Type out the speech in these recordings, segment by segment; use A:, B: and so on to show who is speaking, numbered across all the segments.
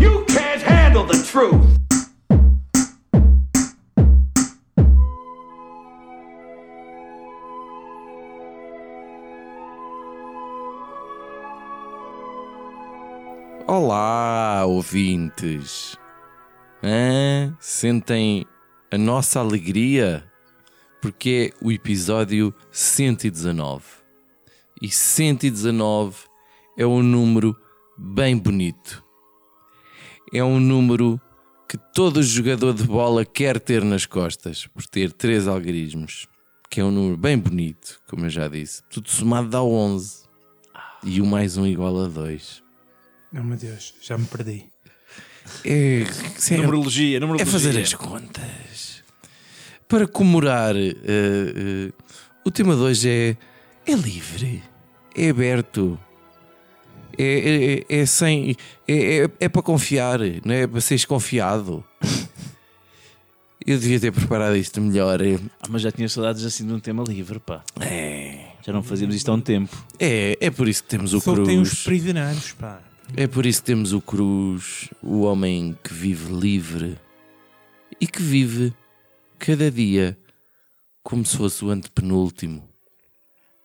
A: You can't handle the truth.
B: Olá, ouvintes! Hã? Sentem a nossa alegria? Porque é o episódio 119. E 119 é um número bem bonito. É um número que todo jogador de bola quer ter nas costas, por ter três algarismos. Que é um número bem bonito, como eu já disse. Tudo somado dá 11. E o mais um igual a 2.
C: Oh meu Deus, já me perdi.
B: É, é-
D: Numerologia,
B: é
D: numerologia.
B: fazer as contas. Para comemorar, eh, eh, o tema de hoje é, é livre, é aberto, é, é- é sem. É, é- é para confiar, não é para seres confiado. Eu devia ter preparado isto melhor.
D: Ah, mas já tinha saudades assim de um tema livre, pá.
B: É,
D: Já não fazíamos isto há um tempo.
B: é, é por isso que temos o
C: Só tem os
B: cruz.
C: prisioneiros, pá.
B: É por isso que temos o Cruz, o homem que vive livre e que vive cada dia como se fosse o antepenúltimo.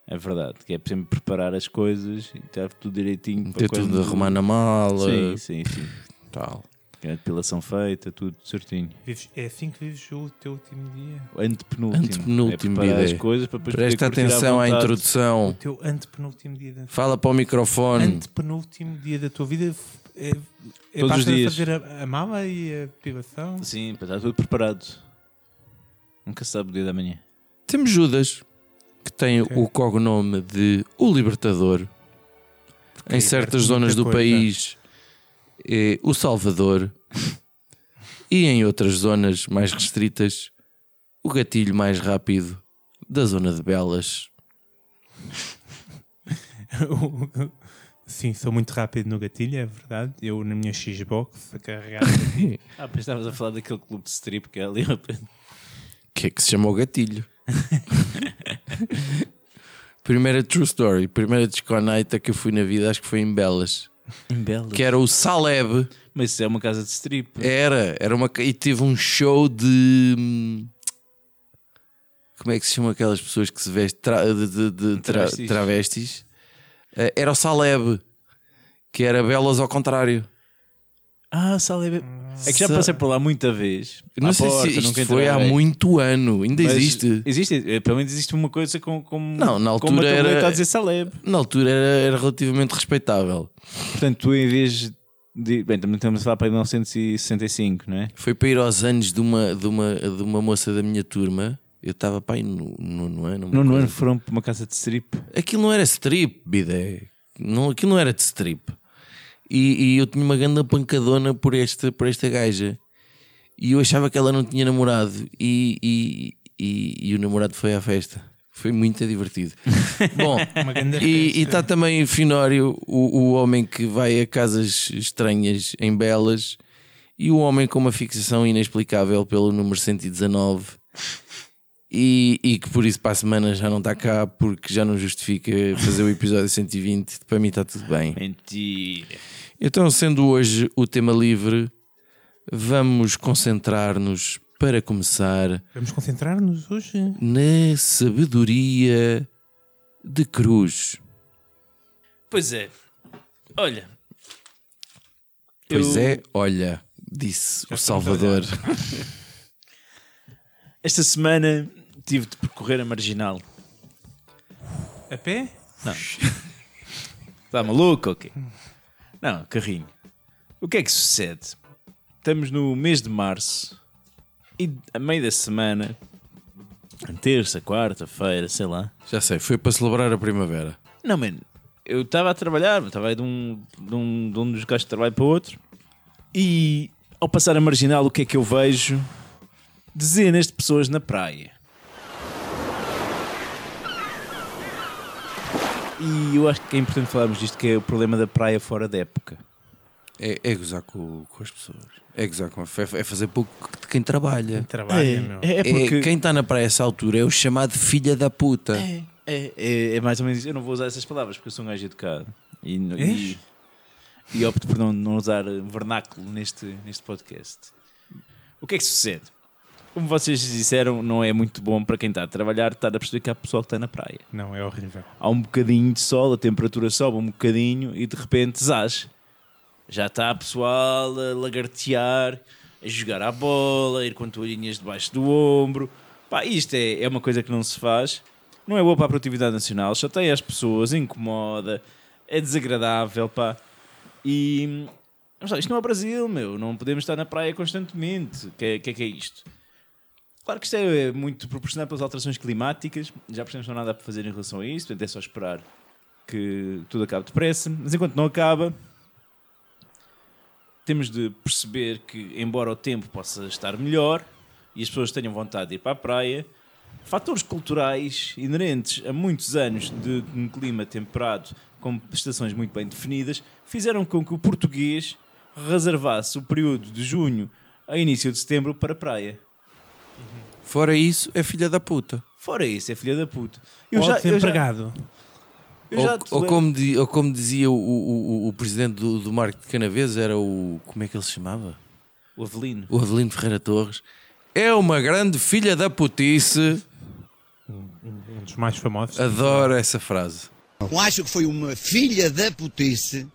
D: É verdade, que é sempre preparar as coisas e ter tudo direitinho. para
B: Ter
D: quando-
B: tudo a arrumar na mala,
D: Sim, sim, sim.
B: tal.
D: Tem A depilação feita, tudo certinho.
C: Vives- é assim que vives o teu último dia.
D: Antepenúltimo.
B: Antepenúltimo
D: é preparar
B: dia.
D: as coisas para depois
B: Presta
D: poder curtir
B: atenção à
D: vontade.
C: O
B: introdução.
C: teu antepenúltimo dia da
B: Fala para o microfone.
C: Antepenúltimo dia da tua vida é, é
D: Todos os
C: passas a
D: dias.
C: fazer a, a mala e a privação.
D: Sim, para estar tudo preparado. Nunca se sabe o dia da manhã.
B: Temos Judas, que tem
C: Ok.
B: o cognome de O Libertador. em certas
C: liberta
B: zonas do
C: muita coisa.
B: país, é O Salvador. e em outras zonas mais restritas, o gatilho mais rápido da Zona de Belas.
C: Sim, sou muito rápido no gatilho, é verdade. Eu na minha Xbox a carregar.
D: Ah, pois estavas a falar daquele clube de strip que é ali ao pé.
B: que é que se chama o gatilho. primeira true story, primeira desconaita que eu fui na vida, acho que foi em Belas,
D: Em Belo.
B: que era o Saleb.
D: Mas isso é uma casa de strip.
B: Era, era uma. ca- E teve um show de. hum, Como é que se chamam aquelas pessoas que se vestem tra- de, de- de tra-
D: Travestis.
B: travestis? Eh, era o Saleb, que era Belas ao contrário.
D: Ah, sala é... é que já
B: Sa-
D: passei por lá muita vez.
B: Hum. Não
D: À
B: sei
D: porta,
B: se isto
D: nunca
B: foi há
D: entrei.
B: muito ano, ainda
D: Mas
B: existe.
D: Existe, eh, pelo menos existe uma coisa com, com
B: Não, na
D: com uma
B: altura era-
D: tabuleta a dizer Saleb.
B: Na altura era, era relativamente respeitável.
D: Portanto, tu em vez de. Bem, também estamos a falar para 1965, não é?
B: Foi para ir aos anos de uma, de uma, de uma moça da minha turma. Eu estava para aí no nono ano. uma
D: No
B: coisa assim.
D: ano foram para uma casa de strip.
B: Aquilo não era strip, bidé. Não, aquilo não era de strip. E, e eu tinha uma grande pancadona por esta, por esta gaja. E eu achava que ela não tinha namorado. E, e, e, e o namorado foi à festa. Foi muito divertido. Bom,
C: Uma grande
B: e
C: festa.
B: está também Finório, o, o homem que vai a casas estranhas em Belas. E o homem com uma fixação inexplicável pelo número 119 e, e que por isso para a semana já não está cá porque já não justifica fazer o episódio 120. Para mim está tudo bem.
D: Mentira.
B: Então, sendo hoje o tema livre, vamos concentrar-nos para começar
C: Vamos concentrar-nos hoje.
B: na sabedoria de Cruz.
D: Pois é. Olha.
B: Pois
D: eu-
B: é, olha, disse o Salvador.
D: Esta semana tive de percorrer a marginal.
C: A pé?
D: Está Tá maluco? Ok. Não, carrinho. O que é que sucede? Estamos no mês de março e a meio da semana, terça, quarta-feira, sei lá.
B: Já sei, foi para celebrar a primavera.
D: Não, mano, eu estava a trabalhar, estava aí de um, de, um, de um dos gajos de trabalho para outro e ao passar a marginal, o que é que eu vejo? Dezenas de pessoas na praia. E eu acho que é importante falarmos disto, que é o problema da praia fora da época.
B: é, é gozar com, com as pessoas. É gozar com a fé, é fazer pouco de quem trabalha.
C: Trabalha, meu.
D: é,
B: É,
D: porque
B: quem está na praia a essa altura é o chamado filha da puta.
D: É, é, é, é mais ou menos isso. Eu não vou usar essas palavras porque eu sou um gajo educado e, n- e, e opto por não, não usar eh, vernáculo neste, neste podcast. O que é que sucede? Como vocês disseram, não é muito bom para quem está a trabalhar estar a prejudicar o pessoal que está na praia.
C: Não, é horrível.
D: Há um bocadinho de sol, a temperatura sobe um bocadinho e de repente zás. Já está a pessoal a lagartear, a jogar à bola, a ir com toalhinhas debaixo do ombro. Pá, isto é, é uma coisa que não se faz. Não é boa para a produtividade nacional, chateia as pessoas, incomoda, é desagradável, pá. E mas, sabe, isto não é Brasil, meu. Não podemos estar na praia constantemente. O que, é- que é que é isto? Claro que isto é muito proporcionado pelas alterações climáticas. Já percebemos que não há nada para fazer em relação a isso. Portanto, é só esperar que tudo acabe depressa. Mas enquanto não acaba, temos de perceber que, embora o tempo possa estar melhor e as pessoas tenham vontade de ir para a praia, fatores culturais inerentes a muitos anos de um clima temperado com estações muito bem definidas fizeram com que o português reservasse o período de junho a início de setembro para a praia.
B: Fora isso, é filha da puta.
D: Fora isso, é filha da puta.
C: Ou
D: eu já,
C: desempregado.
D: eu
B: Ou,
D: já te
B: ou
D: lembro-
B: como, di- ou como dizia o, o- o- o presidente do, do Marco de Canaves, era o. Como é que ele se chamava?
D: O Avelino.
B: O Avelino Ferreira Torres. É uma grande filha da putice.
C: Um dos mais famosos.
B: Adoro essa frase.
E: Não acho que foi uma filha da putice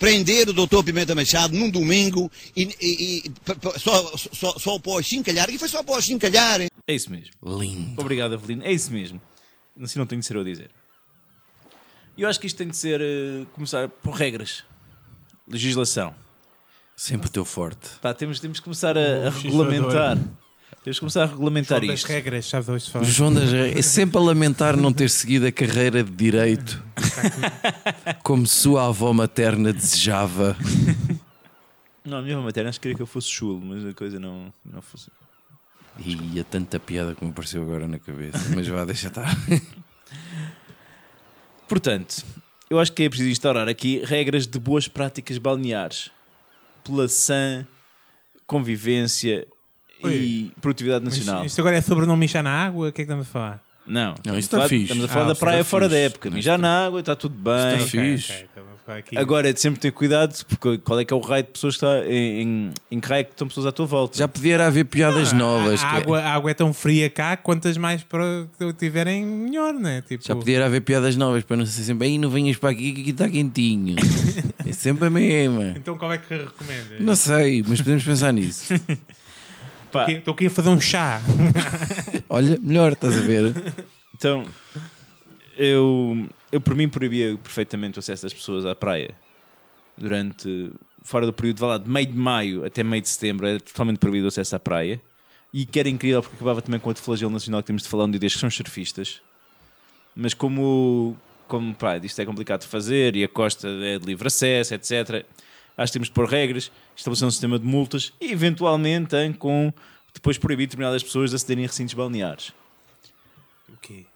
E: prender o doutor Pimenta Machado num domingo e, e- e p- p- só, só, só para o chincalhar, e foi só para o chincalhar.
D: É isso mesmo.
B: Lindo.
D: Obrigado, Avelino. É isso mesmo. Assim não tenho de ser eu a dizer. Eu acho que isto tem de ser. eh, começar por regras. Legislação.
B: Sempre o teu forte.
D: Pá, temos, temos de começar a, a
C: legislador.
D: regulamentar. Temos de começar a regulamentar
C: das
D: isto.
C: regras, sabes hoje
B: O
C: falar.
B: João das Reis é sempre a lamentar não ter seguido a carreira de direito como sua avó materna desejava.
D: Não, a minha matéria, acho que queria que eu fosse chulo, mas a coisa não, não fosse.
B: E a tanta piada que me apareceu agora na cabeça, mas vá, deixa estar.
D: Portanto, eu acho que é preciso instaurar aqui regras de boas práticas balneares pela sã convivência e produtividade
C: Mas
D: nacional.
C: Isto agora é sobre não mijar na água? O que é que estamos a falar?
D: Não,
B: Não,
D: estamos
B: isso
D: a
B: tá
D: falar-
B: fixe.
D: Estamos a
B: Ah,
D: falar da
B: isso tá
D: praia fora da
B: fixe.
D: época.
B: Não,
D: Mijar
B: isso
D: na água, está tudo
B: tá
D: bem.
B: fixe. Fiz.
C: ok, então vou ficar aqui.
D: Agora é de sempre ter cuidado, porque qual é que é o raio de pessoas que está em, em, em que raio que estão pessoas à tua volta?
B: Já podia ir haver piadas novas.
C: a,
B: que-
C: água, a água é tão fria cá, quantas mais pro- tiverem, melhor, né? Tipo,
B: Já podia ir haver piadas novas para não ser sempre aí não venhas para aqui que aqui está quentinho. É sempre a mesma.
C: Então qual é que recomenda?
B: Não sei, mas podemos pensar nisso.
D: Pá,
C: Que- Estou aqui a fazer um chá.
B: Olha, melhor, estás a ver?
D: Então, eu, eu por mim proibia perfeitamente o acesso das pessoas à praia durante, fora do período, vá lá, de meio de maio até meio de setembro, era totalmente proibido o acesso à praia. E que era incrível porque acabava também com outro flagelo nacional que temos de falar um dia destes, que são os surfistas. Mas como, como pá, isto é complicado de fazer e a costa é de livre acesso, etc. Acho que temos de pôr regras, estabelecer um sistema de multas e eventualmente hein, com depois proibir determinadas pessoas de acederem a recintos balneares
C: O quê?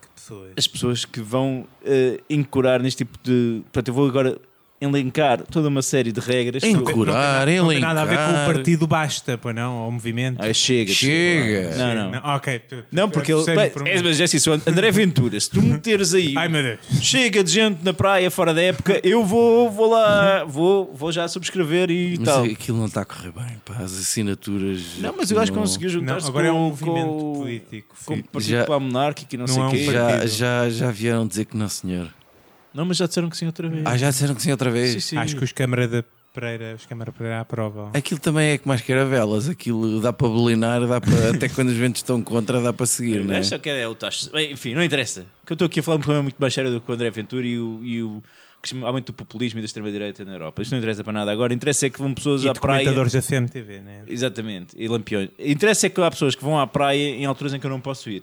C: Que pessoas?
D: as pessoas que vão eh, encurar neste tipo de. Portanto, eu vou agora elencar toda uma série de regras.
B: Encurar,
C: Não tem nada a ver com o
B: elencar.
C: partido basta, pois não? Ou o movimento.
D: Ah, chega.
B: Chega.
D: desculpa lá. Não, não.
C: ok. tu-
D: Não,
C: tu-
D: porque
C: tu
D: ele.
C: percebes
D: Bem,
C: por um-
D: é, mas é assim, se o André Ventura, se tu meteres aí.
C: Ai meu Deus.
D: Chega de gente na praia fora da época, eu vou, vou lá, vou, vou já subscrever e
B: Mas é
D: tal.
B: aquilo não está a correr bem, pá. As assinaturas.
D: Não, mas eu acho que conseguiu juntar-se
C: Não, agora é um
D: com-
C: movimento
D: com-
C: político,
D: Com
C: sim.
D: o Partido
B: Já-
D: para a Monárquica e não,
C: Não
D: sei
C: é
D: o
C: um
D: quê.
C: partido.
B: Já, já, já vieram dizer que não, senhor.
D: Não, mas já disseram que sim outra vez.
B: Ah, já disseram que sim outra vez.
D: Sim, sim.
C: Acho que os Câmara da Pereira, os Câmara Pereira aprovam.
B: Aquilo também é que mais caravelas. Aquilo dá para bolinar, dá para, até quando os ventos estão contra, dá para seguir, não é?
D: Esta que é o tacho. Bem, enfim, não interessa. Que eu estou aqui a falar um problema muito mais sério do que o André Ventura e o, e o crescimento- aumento do populismo e da extrema-direita na Europa. Isto não interessa para nada. Agora, interessa é que vão pessoas
C: E
D: à praia.
C: comentadores da CMTV, né?
D: Exatamente, e lampiões. Interessa é que há pessoas que vão à praia em alturas em que eu não posso ir.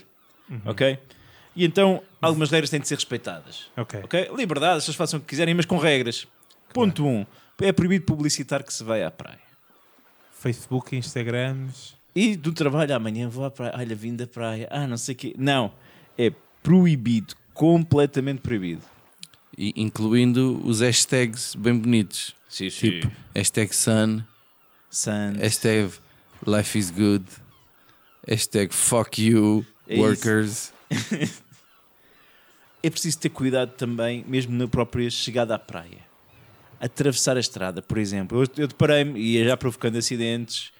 B: Uhum.
D: Ok? E então, algumas regras têm de ser respeitadas.
C: Ok.
D: Ok? Liberdade, as pessoas façam o que quiserem, mas com regras. Ponto 1. Um, é proibido publicitar que se vai à praia.
C: Facebook, Instagrams.
D: E do trabalho amanhã vou à praia. Olha, vim da praia. Ah, não sei o quê. Não. É proibido. Completamente proibido.
B: E incluindo os hashtags bem bonitos.
D: Sim, É- sim.
B: Tipo, hashtag sun,
D: Sun.
B: hashtag life is good, hashtag fuck you,
D: É isso.
B: workers.
D: É preciso ter cuidado também, mesmo na própria chegada à praia. Atravessar a estrada, por exemplo. Eu, eu deparei-me, e ia já provocando acidentes,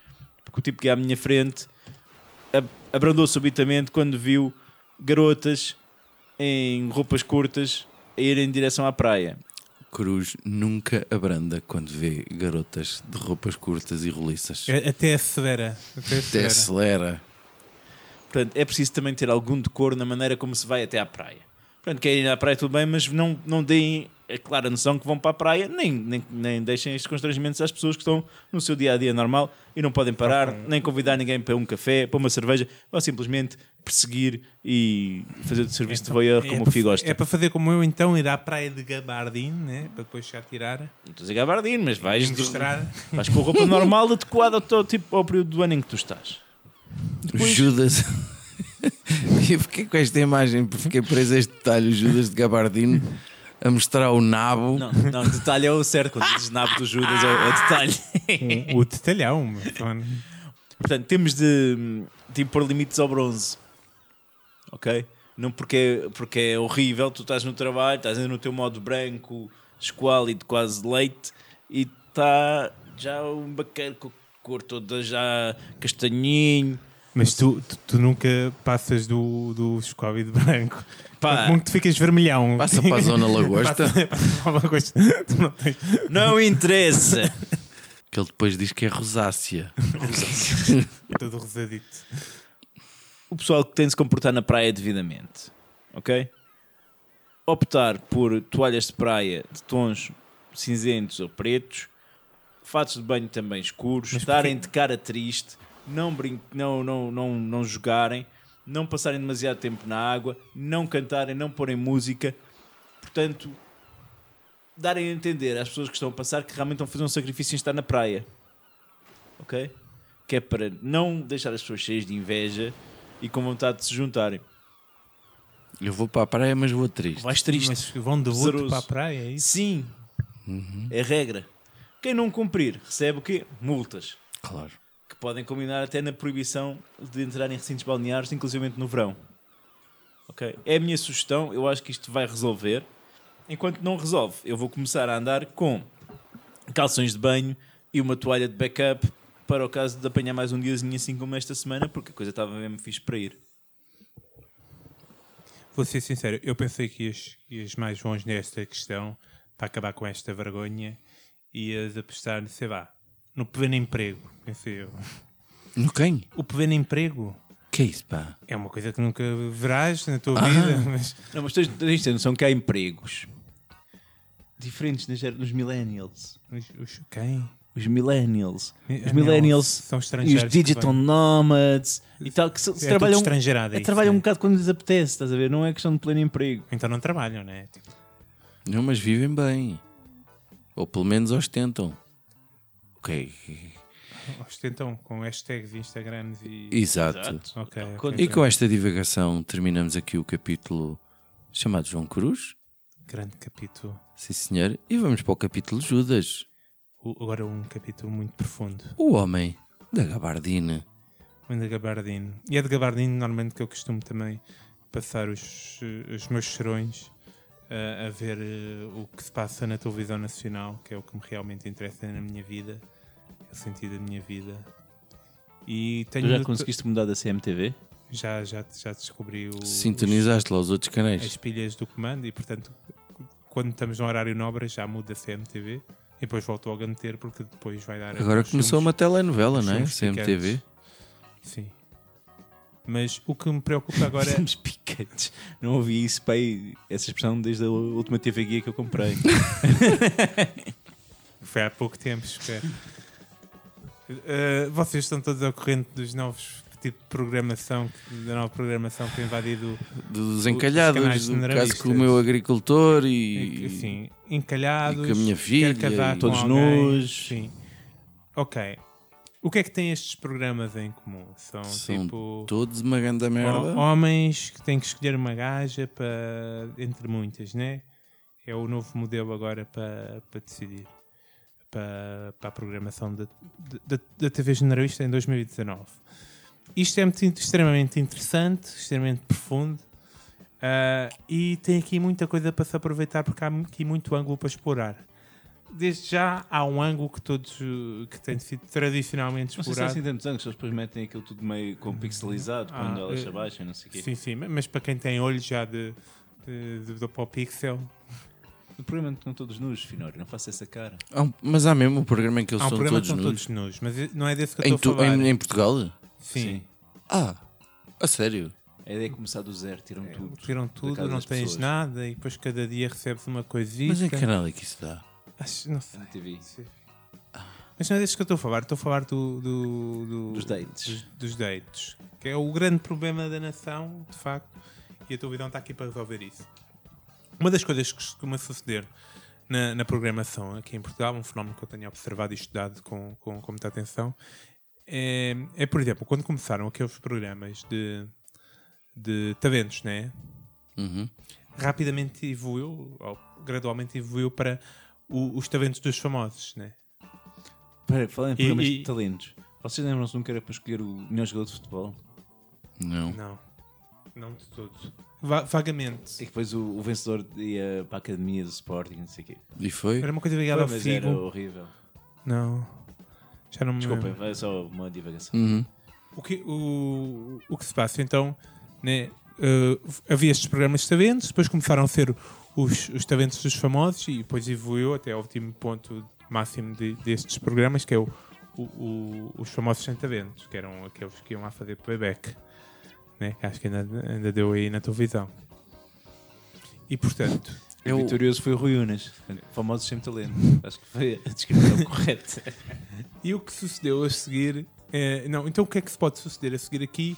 D: porque o tipo que ia à minha frente ab- abrandou subitamente quando viu garotas em roupas curtas a irem em direção à praia.
B: Cruz nunca abranda quando vê garotas de roupas curtas e roliças.
C: A- É, Até acelera. Até
B: Até
C: acelera.
B: É, acelera.
D: Portanto, é preciso também ter algum decoro na maneira como se vai até à praia. Portanto, querem ir à praia, tudo bem, mas não, não deem a clara noção que vão para a praia, nem, nem, nem deixem estes constrangimentos às pessoas que estão no seu dia a dia normal e não podem parar, nem convidar ninguém para um café, para uma cerveja, ou simplesmente perseguir e fazer o serviço de voyeur como o Fih
C: para-
D: gosta.
C: é para fazer como eu então, ir à praia de Gabardine, né? para depois já tirar
D: Não estou a dizer gabardino, mas
C: e
D: vais, de,
C: É mostrar.
D: vais com a roupa normal adequada ao, teu, tipo, ao período do ano em que tu estás.
B: O Judas. Eu fiquei com esta imagem, porque fiquei preso a este detalhe: o Judas de Gabardino a mostrar o nabo.
D: Não, não, detalhe é o certo, quando dizes nabo do Judas é o- é o detalhe.
C: O- o detalhão. meu.
D: Portanto, temos de, de pôr limites ao bronze. Ok? Não porque é, porque é horrível, tu estás no trabalho, estás ainda no teu modo branco, esquálido, quase leite, e está já um bacana com a cor toda já castanhinho.
C: Mas tu, tu, tu nunca passas do, do escóvio de branco.
D: Pá.
C: Muito tu ficas vermelhão.
B: Passa para a Zona Lagosta,
C: Passa- passa para a lagosta. Tu não tens-
D: Não interessa!
B: que ele depois diz que é rosácea.
C: Todo rosadito.
D: o pessoal que tem de se comportar na praia devidamente, ok? Optar por toalhas de praia de tons cinzentos ou pretos, fatos de banho também escuros, darem de cara triste, não, brin não, não, não, não jogarem, não passarem demasiado tempo na água, não cantarem, não porem música. Portanto, darem a entender às pessoas que estão a passar que realmente estão a fazer um sacrifício em estar na praia. Ok? Que é para não deixar as pessoas cheias de inveja e com vontade de se juntarem.
B: Eu vou para a praia, mas vou triste.
D: Vais triste.
C: Mas vão de luto
D: Pesaroso.
C: para a praia, é isso?
D: Sim. É regra. Quem não cumprir recebe o quê? Multas.
B: Claro.
D: Que podem combinar até na proibição de entrar em recintos balneares, inclusive no verão. Ok? É a minha sugestão. Eu acho que isto vai resolver. Enquanto não resolve, eu vou começar a andar com calções de banho e uma toalha de backup para o caso de apanhar mais um diazinho assim como esta semana, porque a coisa estava mesmo fixe para ir.
C: Vou ser sincero, eu pensei que ias, ias mais longe nesta questão para acabar com esta vergonha e ias apostar, sei lá, no pleno emprego. Pensei eu.
B: No quem?
C: O pleno emprego
B: Que é isso, pá?
C: é uma coisa que nunca verás na tua
D: Ah.
C: vida, mas
D: Não, mas tens, tens de ter noção que há empregos diferentes nas ger- nos millennials.
C: os, os- quem?
D: Os millennials. Os
C: Millennials
D: millennials
C: são
D: e
C: estrangeiros
D: os
C: que
D: digital
C: vêm.
D: nomads e tal, que se, se
C: É tudo
D: trabalham,
C: estrangeirada isso,
D: trabalham
C: né?
D: um bocado quando lhes apetece, estás a ver? Não é questão de pleno emprego.
C: Então não trabalham, né? Tipo,
B: Não, mas vivem bem. Ou pelo menos ostentam. Ok.
C: ostentam com hashtags, Instagrams e.
B: Exato.
C: Ok, ok, então,
D: Quando-
B: E
C: ok.
B: com esta divagação terminamos aqui o capítulo chamado João Cruz.
C: Grande capítulo.
B: Sim, senhor. E vamos para o capítulo Judas.
C: O- agora um capítulo muito profundo.
B: O homem da gabardina.
C: Vem da Gabardine. E é de Gabardine normalmente que eu costumo também passar os, eh, os meus cheirões eh, a ver eh, o que se passa na televisão nacional, que é o que me realmente interessa na minha vida, é o sentido da minha vida. E tenho É.
D: já
C: de-
D: conseguiste mudar da CMTV?
C: já, já, já descobri o,
B: Sintonizaste lá os outros
C: os- as
B: canais.
C: pilhas do comando e portanto quando estamos no horário nobre já muda a CMTV e depois volto logo a meter porque depois vai dar
B: Agora
C: aqueles
B: começou
C: filmes-
B: uma telenovela, não é?
C: filmes
B: CMTV.
C: picantes. Sim. Mas o que me preocupa agora é-
D: Somos picantes. Não ouvi isso, pai, essa expressão desde a última TV guia que eu comprei.
C: Foi há pouco tempo, espero. Eh, vocês estão todos ao corrente dos novos tipo de programação, que- da nova programação que tem invadido.
B: Dos
C: canais
B: encalhados, do caso
C: generalistas.
B: com o meu agricultor e.
C: Assim, encalhados.
B: e com a minha filha,
C: quer casar
B: e-
C: com
D: Todos
C: alguém,
D: nus.
C: Sim. Ok. O que é que têm estes programas em comum? São,
B: São
C: tipo.
B: todos uma grande merda.
C: ho- Homens que têm que escolher uma gaja para. entre muitas, né? É que é o novo modelo agora para, para decidir para, para a programação da, da, da TV Generalista em 2019. Isto é muito, extremamente interessante, extremamente profundo ah, e tem aqui muita coisa para se aproveitar porque há aqui muito ângulo para explorar. Desde já há um ângulo que todos eh, que tem sido tradicionalmente
D: Não sei se há
C: explorado.
D: assim tantos anos, eles depois metem aquilo tudo meio com pixelizado,
C: Hum. Ah,
D: quando elas
C: eh,
D: se abaixam, e não sei o quê.
C: Sim, sim, mas para quem tem olho já de, de, de, do Pop Pixel,
D: O problema é que estão todos nus, Finório, não faça essa cara.
B: Há um- mas há mesmo um programa em que eles
C: há um
B: são
C: programa
B: todos
C: que estão
B: nus.
C: todos nus, mas não é desse que eu
B: Em,
C: estou a
B: tu-
C: falar.
B: em- em Portugal?
C: Sim,
B: Ah, a sério?
D: A ideia é começar do zero, tiram tudo.
C: tiram
D: da
C: tudo,
D: casa
C: não
D: das
C: tens
D: pessoas.
C: nada e depois cada dia recebes uma coisinha.
B: Mas em que canal é que isso dá?
C: Acho, não sei.
D: MTV.
C: Mas não é desse que eu estou a falar, estou a falar do, do- do-
D: Dos dates.
C: Dos, dos dates, que é o grande problema da nação, de facto, e a televisão está aqui para resolver isso. Uma das coisas que costuma suceder na, na programação aqui em Portugal, um fenómeno que eu tenho observado e estudado com, com, com muita atenção, é, é, por exemplo, quando começaram aqueles programas de, de talentos, né?
D: Uhum.
C: rapidamente evoluiu, ou gradualmente evoluiu para o- os talentos dos famosos, né?
D: Espera, falando em programas
C: e-
D: de talentos, vocês lembram-se de um que era para escolher o melhor jogador de futebol?
B: Não.
C: Não. Não de todos. Va- vagamente.
D: E depois o, o vencedor ia para a academia do Sporting, não sei o quê.
B: E foi?
C: Era uma coisa ligada ao
D: Foi, mas
C: Figo.
D: era horrível.
C: Não. Já não me
D: Desculpem,
C: lembro.
D: foi só uma divagação.
C: O que, o, o que se passa então, né? eh, havia estes programas de talentos, depois começaram a ser os, os talentos dos famosos e depois evoluiu até ao último ponto máximo de- destes programas, que é o, o- o- os famosos sem talentos, que eram aqueles que iam lá fazer playback. Né? que Acho que ainda, ainda deu aí na televisão. E portanto,
D: O vitorioso foi o Rui Unas, portanto, famosos sem talento. Acho que foi a descrição correta.
C: E o que sucedeu a seguir. eh, não, então o que é que se pode suceder a seguir aqui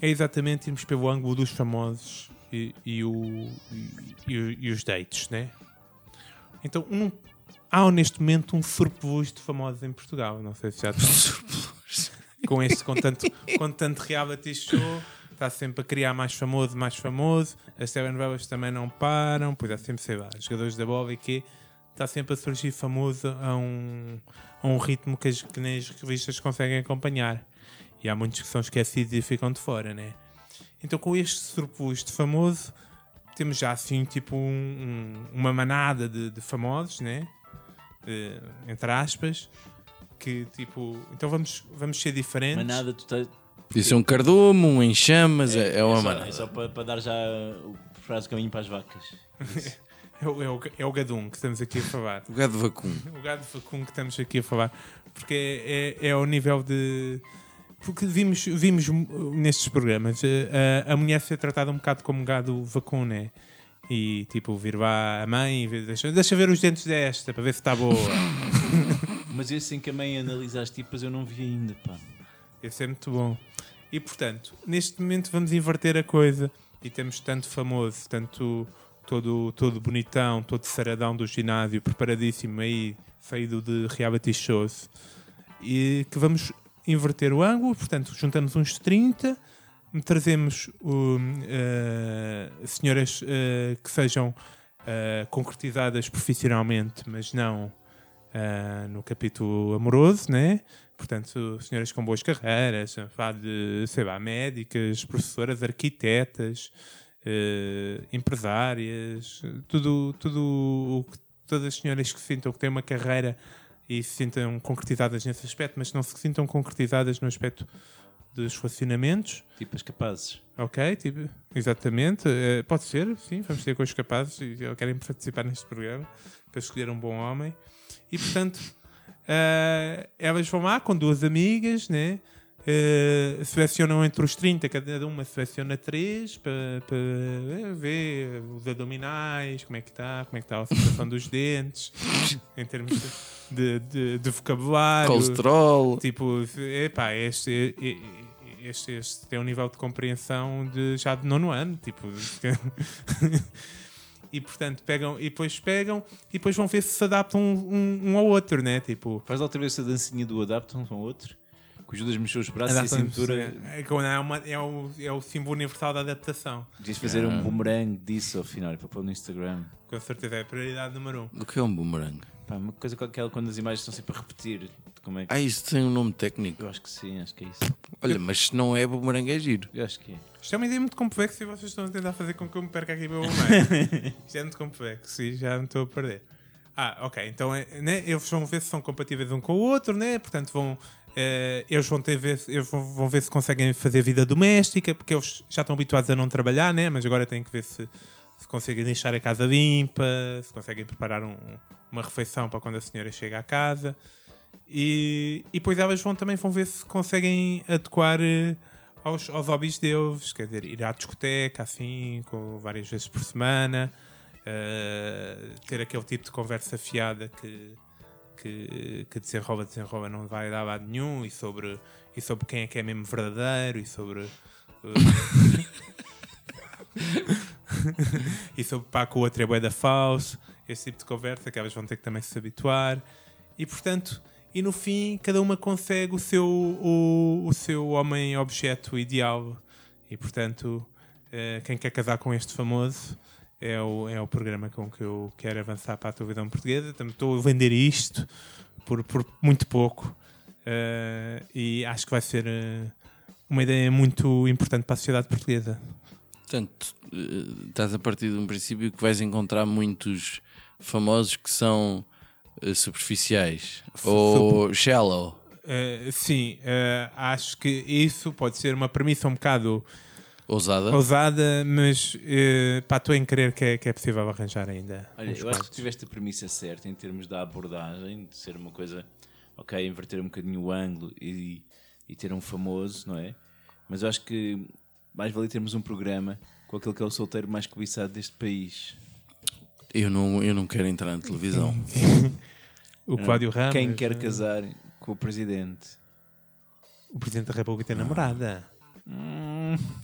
C: é exatamente irmos pelo ângulo dos famosos e, e o- e- e o- e os dates, né? Então um- há neste momento um surplus de famosos em Portugal. Não sei se já estão com este com tanto, com tanto reality show. Está sempre a criar mais famoso, mais famoso. As telenovelas também não param. Pois há sempre, sei lá, jogadores da bola e quê. Está sempre a surgir famoso a um, a um ritmo que, as, que nem as revistas conseguem acompanhar. E há muitos que são esquecidos e ficam de fora, né? Então com este surplus de famoso, temos já assim tipo um- um- uma manada de, de famosos, né? Eh, entre aspas. Que tipo, então vamos, vamos ser diferentes.
D: Mas nada, tu estás.
B: Isso é um cardume, um em chamas, é, é uma
D: só,
B: maneira.
D: é só para, para dar já o frase caminho para as vacas.
C: É o, é, o, é o gadum que estamos aqui a falar.
B: O gado vacum.
C: o gado vacum que estamos aqui a falar. Porque é, é, é ao nível de. Porque vimos, vimos uh, nestes programas eh, a, a mulher ser tratada um bocado como gado vacum, né? E tipo, vir lá a mãe e ver- deixa, deixa ver os dentes desta para ver se está boa.
D: Mas esse em que a mãe analisa as tipas eu não vi ainda, pá.
C: Esse é muito bom. E portanto, neste momento vamos inverter a coisa e temos tanto famoso, tanto todo, todo bonitão, todo saradão do ginásio, preparadíssimo aí, saído de reality shows, e que vamos inverter o ângulo, portanto, juntamos uns 30, trazemos hum, eh, senhoras eh, que sejam eh, concretizadas profissionalmente, mas não ah, no capítulo amoroso, né? Portanto, senhoras com boas carreiras, a falar de, sei lá, médicas, professoras, arquitetas, eh, empresárias, tudo, tudo o que- todas as senhoras que sintam que têm uma carreira e se sintam concretizadas nesse aspecto, mas não se sintam concretizadas no aspecto dos relacionamentos,
D: Tipas capazes.
C: ok? Tipo, exatamente, eh, pode ser, sim, vamos ter com os capazes e eu querem participar neste programa para escolher um bom homem. E portanto, eh, elas vão lá com duas amigas, né? Eh, selecionam entre os 30, cada uma seleciona 3 para, eh, ver os abdominais, como é que está, como é que está a situação dos dentes, em termos de, de- de- de vocabulário.
B: Colesterol.
C: Tipo, epá, este, e- e- este, este tem um nível de compreensão de, já de nono ano. Tipo, e portanto pegam, e depois pegam, e depois vão ver se se adaptam um, um- um ao outro, né? Tipo,
D: Faz lá outra vez essa dancinha do adaptam um ao outro. que o Judas mexeu os braços e a
C: Adaptam-se.
D: cintura.
C: É, como é, uma- é o, é o símbolo universal da adaptação.
D: Devias fazer um boomerang disso ao final e para pôr no Instagram.
C: Com certeza é a prioridade número um.
B: O que é um boomerang?
D: Pá, uma coisa com aquela quando as imagens estão sempre a repetir. de Como é que...
B: Ah, isso tem um nome técnico.
D: Eu acho que sim, acho que é isso.
B: Olha, mas se não é boomerang é giro.
D: Eu acho que é.
C: Isto é uma ideia muito complexa e vocês estão a tentar fazer com que eu me perca aqui meu meio. Isto é muito complexo e já me estou a perder. Ah, ok. Então é, né, eles vão ver se são compatíveis um com o outro, né? Portanto, vão, eh, eles, vão ter ver, eles vão, vão ver se conseguem fazer vida doméstica, porque eles já estão habituados a não trabalhar, né? Mas agora têm que ver se, se conseguem deixar a casa limpa, se conseguem preparar um- uma refeição para quando a senhora chega à casa. E, e depois elas vão também vão ver se conseguem adequar eh, aos, aos hobbies deles, quer dizer, ir à discoteca assim, com várias vezes por semana, eh, ter aquele tipo de conversa fiada que, que, que desenrola, desenrola, não vai dar lado nenhum, e sobre, e sobre quem é que é mesmo verdadeiro, e sobre. eh, e sobre pá que o outro é bué da falso, esse tipo de conversa que elas vão ter que também se habituar. E portanto, e no fim, cada uma consegue o seu, o, o seu homem-objeto ideal. E portanto, eh, quem quer casar com este famoso é o, é o programa com que eu quero avançar para a televisão portuguesa. Também estou a vender isto por, por muito pouco. Eh, e acho que vai ser eh, uma ideia muito importante para a sociedade portuguesa.
B: Portanto, eh, estás a partir de um princípio que vais encontrar muitos famosos que são eh, superficiais ou shallow.
C: Eh, sim, eh, acho que isso pode ser uma premissa um bocado
B: Ousada.
C: ousada, mas eh, pá, estou em crer que é, que é possível arranjar ainda.
D: Olha,
C: uns
D: eu acho que
C: quantos.
D: tiveste a premissa certa em termos da abordagem, de ser uma coisa, ok, inverter um bocadinho o ângulo e, e ter um famoso, não é? Mas eu acho que mais vale termos um programa com aquele que é o solteiro mais cobiçado deste país.
B: Eu não, eu não quero entrar na televisão.
C: O Cláudio Ramos.
D: Quem quer
C: né?
D: casar com o presidente.
C: O Presidente da República tem namorada.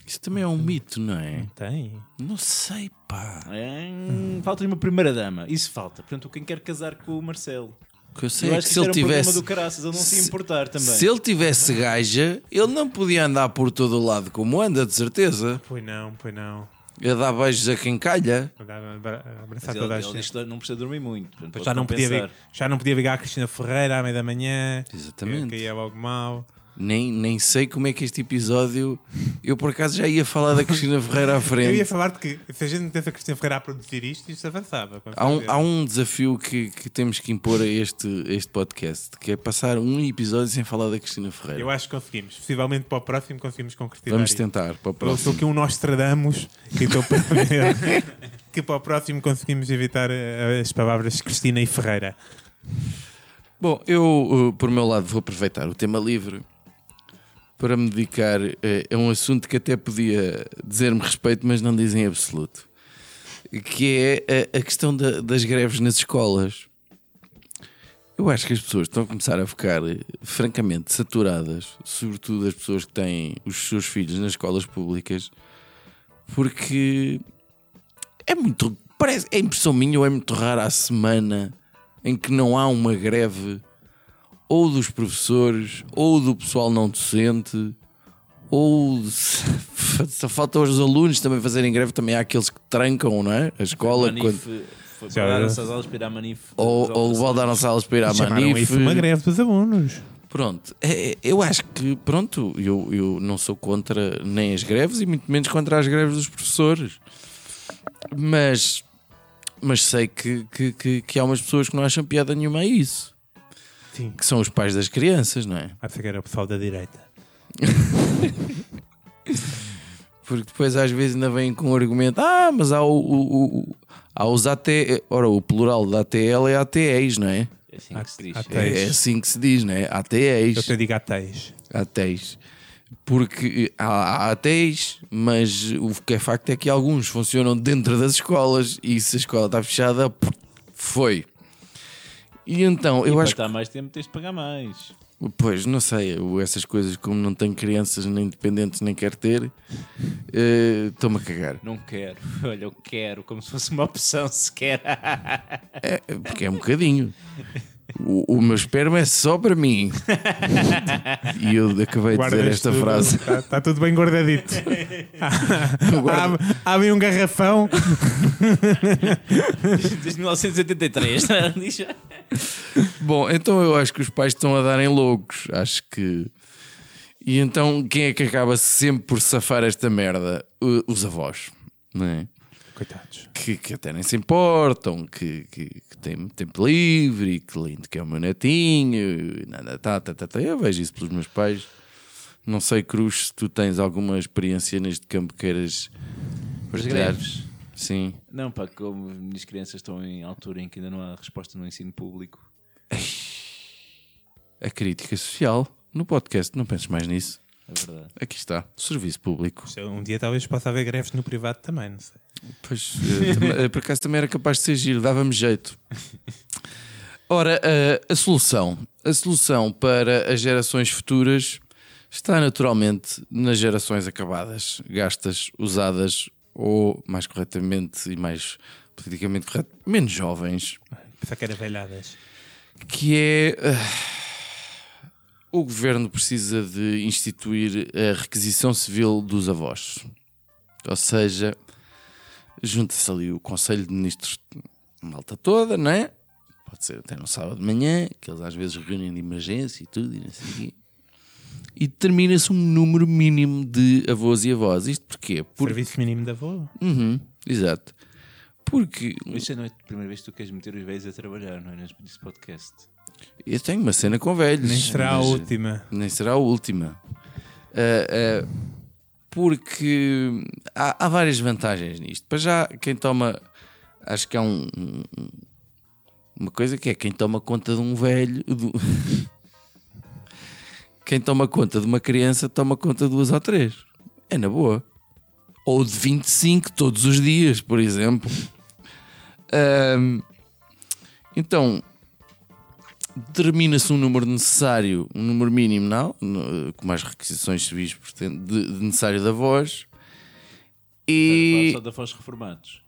B: Isso também é um mito, não é?
C: Tem.
B: Não sei, pá.
D: Hum, Falta-lhe uma primeira dama, isso falta. Portanto, quem quer casar com o Marcelo.
B: O que eu sei
D: Eu
B: é
D: acho
B: que
D: que
B: se
D: isto era
B: ele
D: um programa
B: tivesse.
D: do caraças, ele não se ia
B: se-
D: importar também.
B: Se ele tivesse gaja, ele não podia andar por todo o lado como anda, de certeza.
C: Pois não, pois não.
B: A dar beijos a quem calha.
C: Andava a abra- a
D: Mas
C: Abraçar
D: ele,
C: toda Tá a
D: ele diz
C: gente.
D: que não precisa dormir muito. portanto,
C: Pois
D: pode
C: Já não, podia
D: compensar.
C: vir, já não podia ligar a Cristina Ferreira à meia da manhã.
B: Exatamente.
C: Que ia logo mal.
B: Nem, nem sei como é que este episódio. Eu por acaso já ia falar da Cristina Ferreira à
C: Eu ia
B: frente.
C: falar-te que se a gente metesse a Cristina Ferreira a produzir isto, isto avançava. com
B: Há um,
C: certeza.
B: há um desafio que, que temos que impor a este, este podcast, que é passar um episódio sem falar da Cristina
C: Eu
B: Ferreira.
C: acho que conseguimos. Possivelmente para o próximo conseguimos concretizar
B: Vamos
C: isto.
B: tentar para o
C: Eu sou
B: próximo.
C: aqui um Nostradamus que estou para ver que para o próximo conseguimos evitar eh, as palavras Cristina e Ferreira.
B: Bom, eu, eh, por meu lado, vou aproveitar o tema livre para me dedicar eh, a um assunto que até podia dizer-me respeito, mas não dizem absoluto, que é a, a questão da- das greves nas escolas. Eu acho que as pessoas estão a começar a ficar eh, francamente saturadas, sobretudo as pessoas que têm os seus filhos nas escolas públicas, porque é muito. Parece, é impressão minha ou é muito rara a semana em que não há uma greve ou dos professores ou do pessoal não docente ou de- só faltam os alunos também fazerem greve, também há aqueles que trancam não é? a escola
D: Manif,
B: quando,
D: foi
C: Já
D: parar
C: era.
D: essas aulas para ir à Manif.
B: ou, ou
D: Exaltação.
B: voltaram-se aulas para ir à
C: Chamaram
B: Manif.
C: isso uma greve dos alunos.
B: Pronto, é- é- eu acho que, pronto, eu, eu não sou contra nem as greves e muito menos contra as greves dos professores. Mas, mas sei que, que, que, que há umas pessoas que não acham piada nenhuma a isso.
C: Sim.
B: Que são os pais das crianças, não é?
C: Ah, pensei que era o pessoal da direita.
B: Porque depois às vezes ainda vêm com o argumento: ah, mas há, o, o- o- há os AT. Ora, o plural da ATL é ATEs, não é?
D: É
C: Ah,
D: assim que se diz.
C: Até-
B: É, é assim que se diz, não é? ATEs.
C: Eu te digo ateis.
B: ateis. Porque eh, há, há ateis, mas o que é facto é que alguns funcionam dentro das escolas e se a escola está fechada, pff, foi. E então, eu
D: Eu
B: acho que.
D: estar mais tempo tens de pagar mais.
B: Pois, não sei, eu essas coisas, como não tenho crianças nem dependentes, nem quero ter, eh, estou-me a cagar.
D: Não quero. Olha, eu quero, como se fosse uma opção sequer.
B: É, porque é um bocadinho. O, o meu esperma é só para mim. e eu acabei de dizer
C: Guardas
B: esta
C: tudo,
B: frase.
C: Está tá tudo bem guardadito.
B: guardo.
C: Há- Abre um garrafão.
D: Desde 1983. não é? Diz já.
B: Bom, então eu acho que os pais estão a darem loucos. Acho que. E então quem é que acaba sempre por safar esta merda? O- Os avós, não é?
C: Coitados.
B: que, que até nem se importam, que, que, que têm tempo livre, e que lindo que é o meu netinho, e nada, tá, tá, tá, tá. Eu vejo isso pelos meus pais. Não sei, Cruz, se tu tens alguma experiência neste campo que queiras partilhar.
D: greves.
B: Sim.
D: Não, pá, como as minhas crianças estão em altura em que ainda não há resposta no ensino público.
B: A crítica social no podcast, não penses mais nisso.
D: É verdade.
B: Aqui está, serviço público.
C: Um dia talvez possa haver greves no privado também, não sei.
B: Pois, eh, tam- eh, por acaso também era capaz de ser giro, dava-me jeito. Ora, eh, a solução. A solução para as gerações futuras está naturalmente nas gerações acabadas, gastas, usadas ou, mais corretamente e mais politicamente correto, menos jovens,
C: Pensar que era velhadas.
B: que é. ah, o governo precisa de instituir a requisição civil dos avós. Ou seja, junta-se ali o Conselho de Ministros, malta toda, não é? Pode ser até no sábado de manhã, que eles às vezes reúnem de emergência e tudo, e não sei o quê. E determina-se um número mínimo de avós e avós. Isto porquê? Por...
C: Serviço mínimo da avó.
B: Uhum, exato. Porque
D: Isso não é a primeira vez que tu queres meter os velhos a trabalhar, não é? Neste podcast.
B: eu tenho uma cena com velhos.
C: Nem será a
B: mas-
C: última.
B: Nem será a última. Ah, ah, porque há, há várias vantagens nisto. Para já, quem toma. Acho que há um, um- uma coisa que é quem toma conta de um velho. do- quem toma conta de uma criança toma conta de duas ou três. É na boa. Ou de 25 todos os dias, por exemplo. Ahm, então, determina-se um número necessário, um número mínimo, não, no- com mais requisições civis portanto, de, de necessário da voz.
D: E...
B: E
D: Só de avós reformados.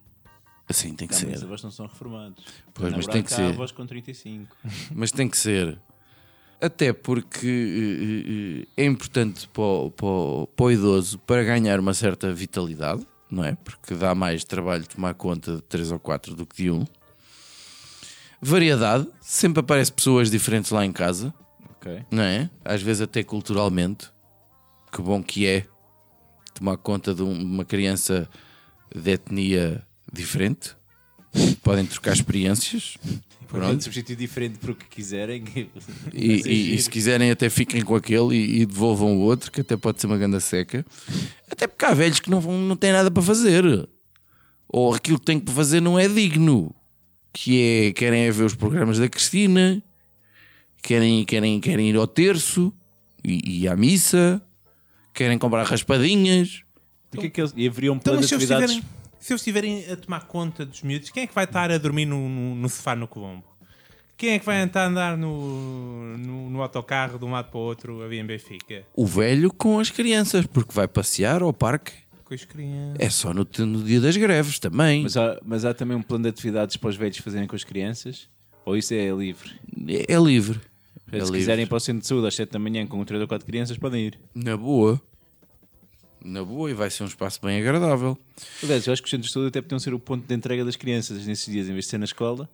B: assim tem que
D: Não, mas
B: ser,
D: avós não são reformados.
B: Pois,
D: Na
B: mas tem que
D: Braca há
B: ser.
D: avós com 35.
B: mas tem que ser. Até porque eh, eh, eh, é importante para o, para, o- para o idoso para ganhar uma certa vitalidade, não é? Porque dá mais trabalho tomar conta de três ou quatro do que de um. Variedade, sempre aparecem pessoas diferentes lá em casa.
D: ok.
B: não é? Às vezes até culturalmente. Que bom que é tomar conta de um- uma criança de etnia diferente. Podem trocar experiências
D: Pronto. Substituir um diferente por o que quiserem. Assim,
B: e,
D: é
B: e- e se quiserem até fiquem com aquele e, e devolvam o outro, que até pode ser uma ganda seca. Até porque há velhos que não, vão- não têm nada para fazer. Ou aquilo que têm para fazer não é digno. Que é, querem é ver os programas da Cristina, querem, querem, querem ir ao terço e, e à missa, querem comprar raspadinhas.
D: O que é que eles... E haveriam um
C: Então,
D: plano
C: mas
D: de
C: se eles,
D: atividades.
C: tiverem, se eles tiverem a tomar conta dos miúdos, quem é que vai estar a dormir no, no, no sofá no Colombo? Quem é que vai andar, andar no, no, no autocarro de um lado para o outro ali em Benfica?
B: O velho com as crianças, porque vai passear ao parque.
C: Com as crianças.
B: É só no, no dia das greves também.
D: Mas há, mas há também um plano de atividades para os velhos fazerem com as crianças? Ou isso é livre?
B: É, é livre.
D: Se
B: É livre.
D: quiserem ir para o centro de saúde às 7 da manhã com 3 ou 4 crianças, podem ir.
B: Na boa. Na boa, e vai ser um espaço bem agradável.
D: Aliás, eu acho que os centros de saúde até podiam ser o ponto de entrega das crianças nesses dias, em vez de ser na escola.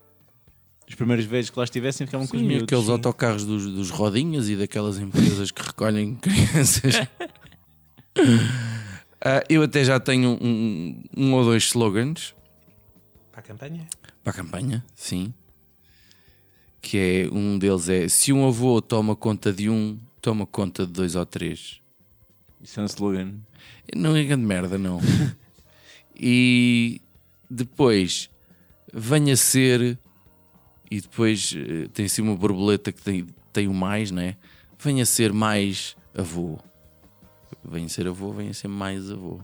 D: Os primeiros velhos que lá estivessem ficavam com os
B: E
D: miúdos.
B: aqueles autocarros dos, dos rodinhas e daquelas empresas que recolhem crianças. Ah, eu até já tenho um, um ou dois slogans
C: Para a campanha?
B: para a campanha, sim. Que é um deles é se um avô toma conta de um, toma conta de dois ou três.
D: Isso é um slogan.
B: Não é grande merda, não. e depois venha ser, e depois eh, tem assim uma borboleta que tem, tem o mais, né? Venha ser mais avô. Venha ser avô, venha ser mais avô.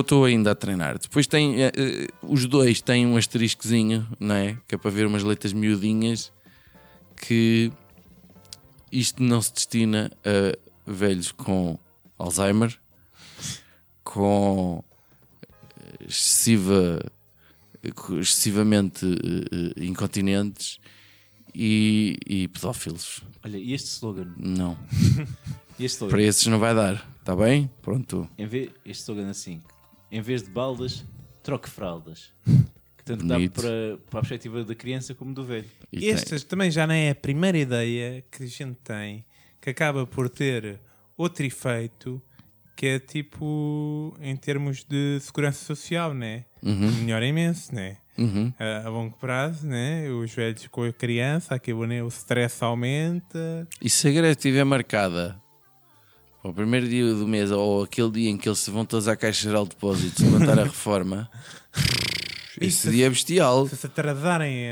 B: Estou ainda a treinar. Depois tem. eh, eh, os dois têm um asteriscozinho, não é? Que é para ver umas letras miudinhas que isto não se destina a velhos com Alzheimer, com excessiva, com excessivamente eh, eh, incontinentes e, e pedófilos.
D: Olha, e este slogan?
B: Não.
D: E Este slogan?
B: Para esses não vai dar. Está bem? Pronto.
D: Em vez, este slogan assim: em vez de baldas, troque fraldas. Que tanto
B: Bonito.
D: dá para, para a perspectiva da criança como do velho.
B: E tem-
C: Esta também já não é a primeira ideia que a gente tem que acaba por ter outro efeito que é tipo em termos de segurança social, né?
B: Uhum.
C: Melhora imenso, né? A, a longo prazo, né? Os velhos com a criança, aquilo, né? O stress aumenta.
B: E se a greve estiver marcada para o primeiro dia do mês ou aquele dia em que eles se vão todos à Caixa Geral de Depósitos levantar a reforma, esse dia é bestial.
C: Se se atrasarem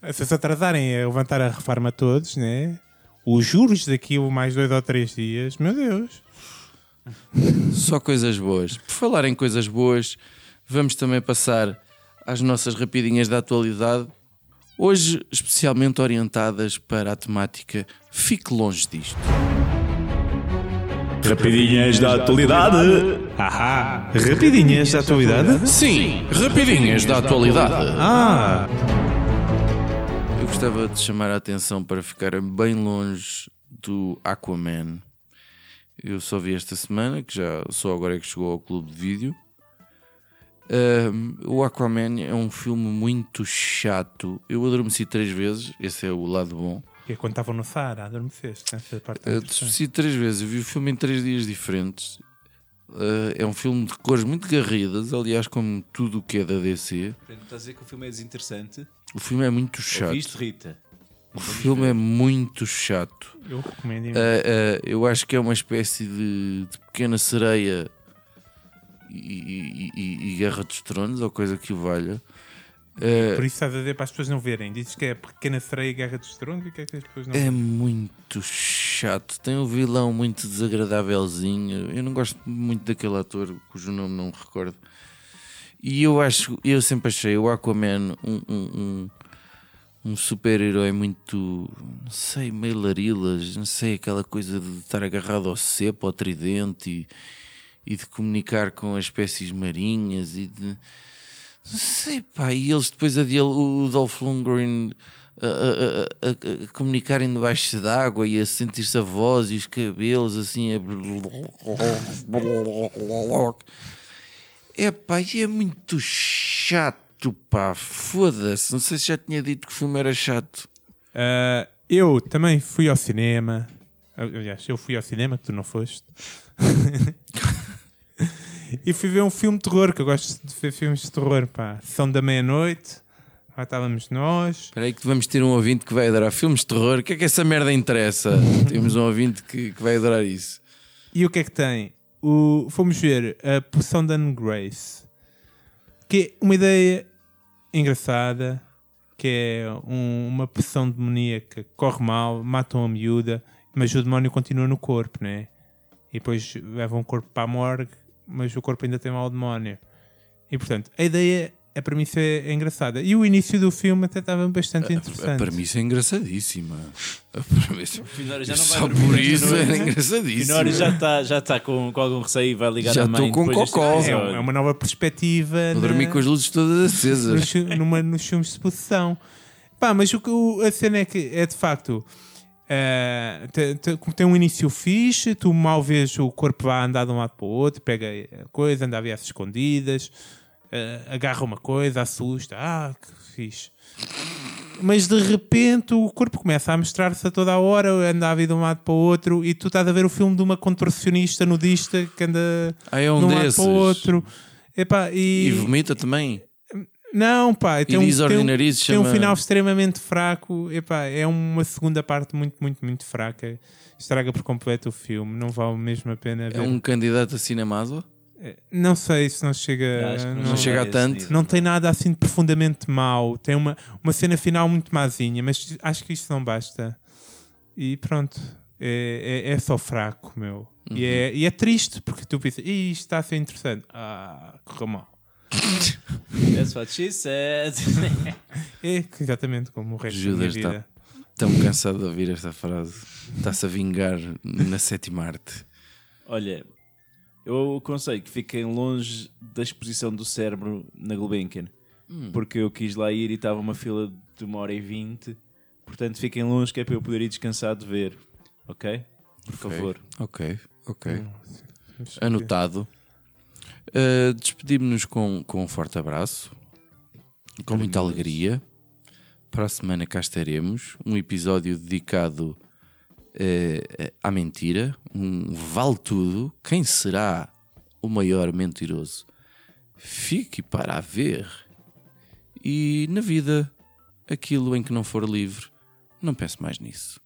C: a, se se atrasarem a levantar a reforma todos, né? Os juros daquilo mais dois ou três dias, meu Deus.
B: Só coisas boas. Por falar em coisas boas, vamos também passar às nossas rapidinhas da atualidade, hoje especialmente orientadas para a temática Fique longe disto.
F: Rapidinhas da atualidade.
C: Ah, rapidinhas da atualidade.
B: Sim, rapidinhas da atualidade.
C: Ah!
B: Eu gostava de chamar a atenção para ficar bem longe do Aquaman. Eu só vi esta semana, que já só agora é que chegou ao clube de vídeo. Ahm, o Aquaman é um filme muito chato. Eu adormeci três vezes, esse é o lado bom.
C: E é quando estavam no Saara, adormeceste. Essa parte é
B: Eu
C: interessante.
B: adormeci três vezes, eu vi o filme em três dias diferentes. Ah, é um filme de cores muito garridas, aliás, como tudo o que é da DC.
D: Portanto, estás a dizer que o filme é desinteressante?
B: O filme é muito chato.
D: Ouviste, Rita?
B: O filme é muito chato.
C: eu recomendo imenso.
B: Uh, uh, eu acho que é uma espécie de, de pequena sereia e, e- e- e Guerra dos Tronos, ou coisa que o valha. Uh,
C: Por isso estás a dizer para as pessoas não verem. Dizes que é a Pequena Sereia e Guerra dos Tronos e o que é que as pessoas não
B: é
C: veem?
B: muito chato. Tem um vilão muito desagradávelzinho. Eu não gosto muito daquele ator cujo nome não me recordo. E eu acho, eu sempre achei o Aquaman um, um- um- um super-herói muito, não sei, meio larilas, não sei, aquela coisa de estar agarrado ao cepo, ao tridente e, e de comunicar com as espécies marinhas e de. Não sei, pá, e eles depois a dia- o Dolph Lundgren a, a- a- a- a comunicarem debaixo d'água e a sentir-se a voz e os cabelos assim a... É pá, e é muito chato, pá, foda-se. Não sei se já tinha dito que o filme era chato.
C: Ah, eu também fui ao cinema. Aliás, eu fui ao cinema, que tu não foste. e fui ver um filme de terror, que eu gosto de ver filmes de terror, pá. São da meia-noite, lá estávamos nós.
B: Espera aí que vamos ter um ouvinte que vai adorar filmes de terror. O que é que essa merda interessa? Temos um ouvinte que, que vai adorar isso.
C: E o que é que tem? O, fomos ver a Poção da Anne Grace, que é uma ideia engraçada, que é um- uma poção demoníaca que corre mal, matam a miúda, mas o demónio continua no corpo, né? E depois levam o corpo para a morgue, mas o corpo ainda tem mal o demónio. E portanto, a ideia, a premissa é engraçada. E o início do filme até estava bastante
B: A
C: interessante.
B: premissa é engraçadíssima. A premissa...
D: Finório já não vai
B: Só
D: dormir
B: por
D: esta
B: isso
D: noite.
B: era engraçadíssimo.
D: Finório já está já tá com, com algum receio e vai ligar
B: Já
D: à mãe.
B: tô com
D: depois deste
B: cocó.
C: é,
D: episódio.
C: um- é uma nova perspectiva.
B: Vou dormir
C: na-
B: com as luzes todas acesas.
C: nos, fi- numa, nos filmes de possessão. Pá, mas o, que- o- a cena é que é de facto. eh, te- te- como tem um início fixe, tu mal vês o corpo a andar de um lado para o outro, pega a coisa, anda a ver às escondidas, eh, agarra uma coisa, assusta, ah, que fixe. Mas de repente o corpo começa a mostrar-se a toda a hora, anda a vir de um lado para o outro, e tu estás a ver o filme de uma contorcionista nudista que anda
B: Ah, é um
C: de um
B: desses.
C: lado para o outro. Epá,
B: E vomita também.
C: não, pá, tem,
B: diz
C: um, tem, um,
B: ordinariz,
C: tem um
B: chama-
C: final extremamente fraco. Epá, é uma segunda parte muito, muito, muito fraca. Estraga por completo o filme. Não vale mesmo a pena ver. Eh,
B: É um candidato a Cinemazo.
C: Não sei se não chega.
D: Acho que
C: não,
B: Não chega a
D: é
B: tanto.
D: esse nível.
C: não tem nada assim de profundamente mau. Tem uma, uma cena final muito mazinha, mas acho que isto não basta. E pronto. É, é, é só fraco, meu.
B: Uhum.
C: E, é, e é triste, porque tu pensas, "Ih, isto está a ser interessante. Ah, correu mal.
D: That's what she said.
C: É exatamente como o resto da minha
B: Judas
C: vida.
B: está tão cansado de ouvir esta frase. Está-se a vingar na sétima arte.
D: Olha, eu aconselho que fiquem longe da exposição do cérebro na Gulbenkian. Porque eu quis lá ir e estava uma fila de uma hora e vinte Portanto, fiquem longe que é para eu poder ir descansar de ver. Ok? Por favor.
B: Ok, ok. Anotado. Uh, Despedimos-nos com, com um forte abraço, com muita alegria. Para a semana cá estaremos. Um episódio dedicado eh, à mentira. Um vale tudo. Quem será o maior mentiroso? Fique para a ver. E na vida, aquilo em que não for livre, não pense mais nisso.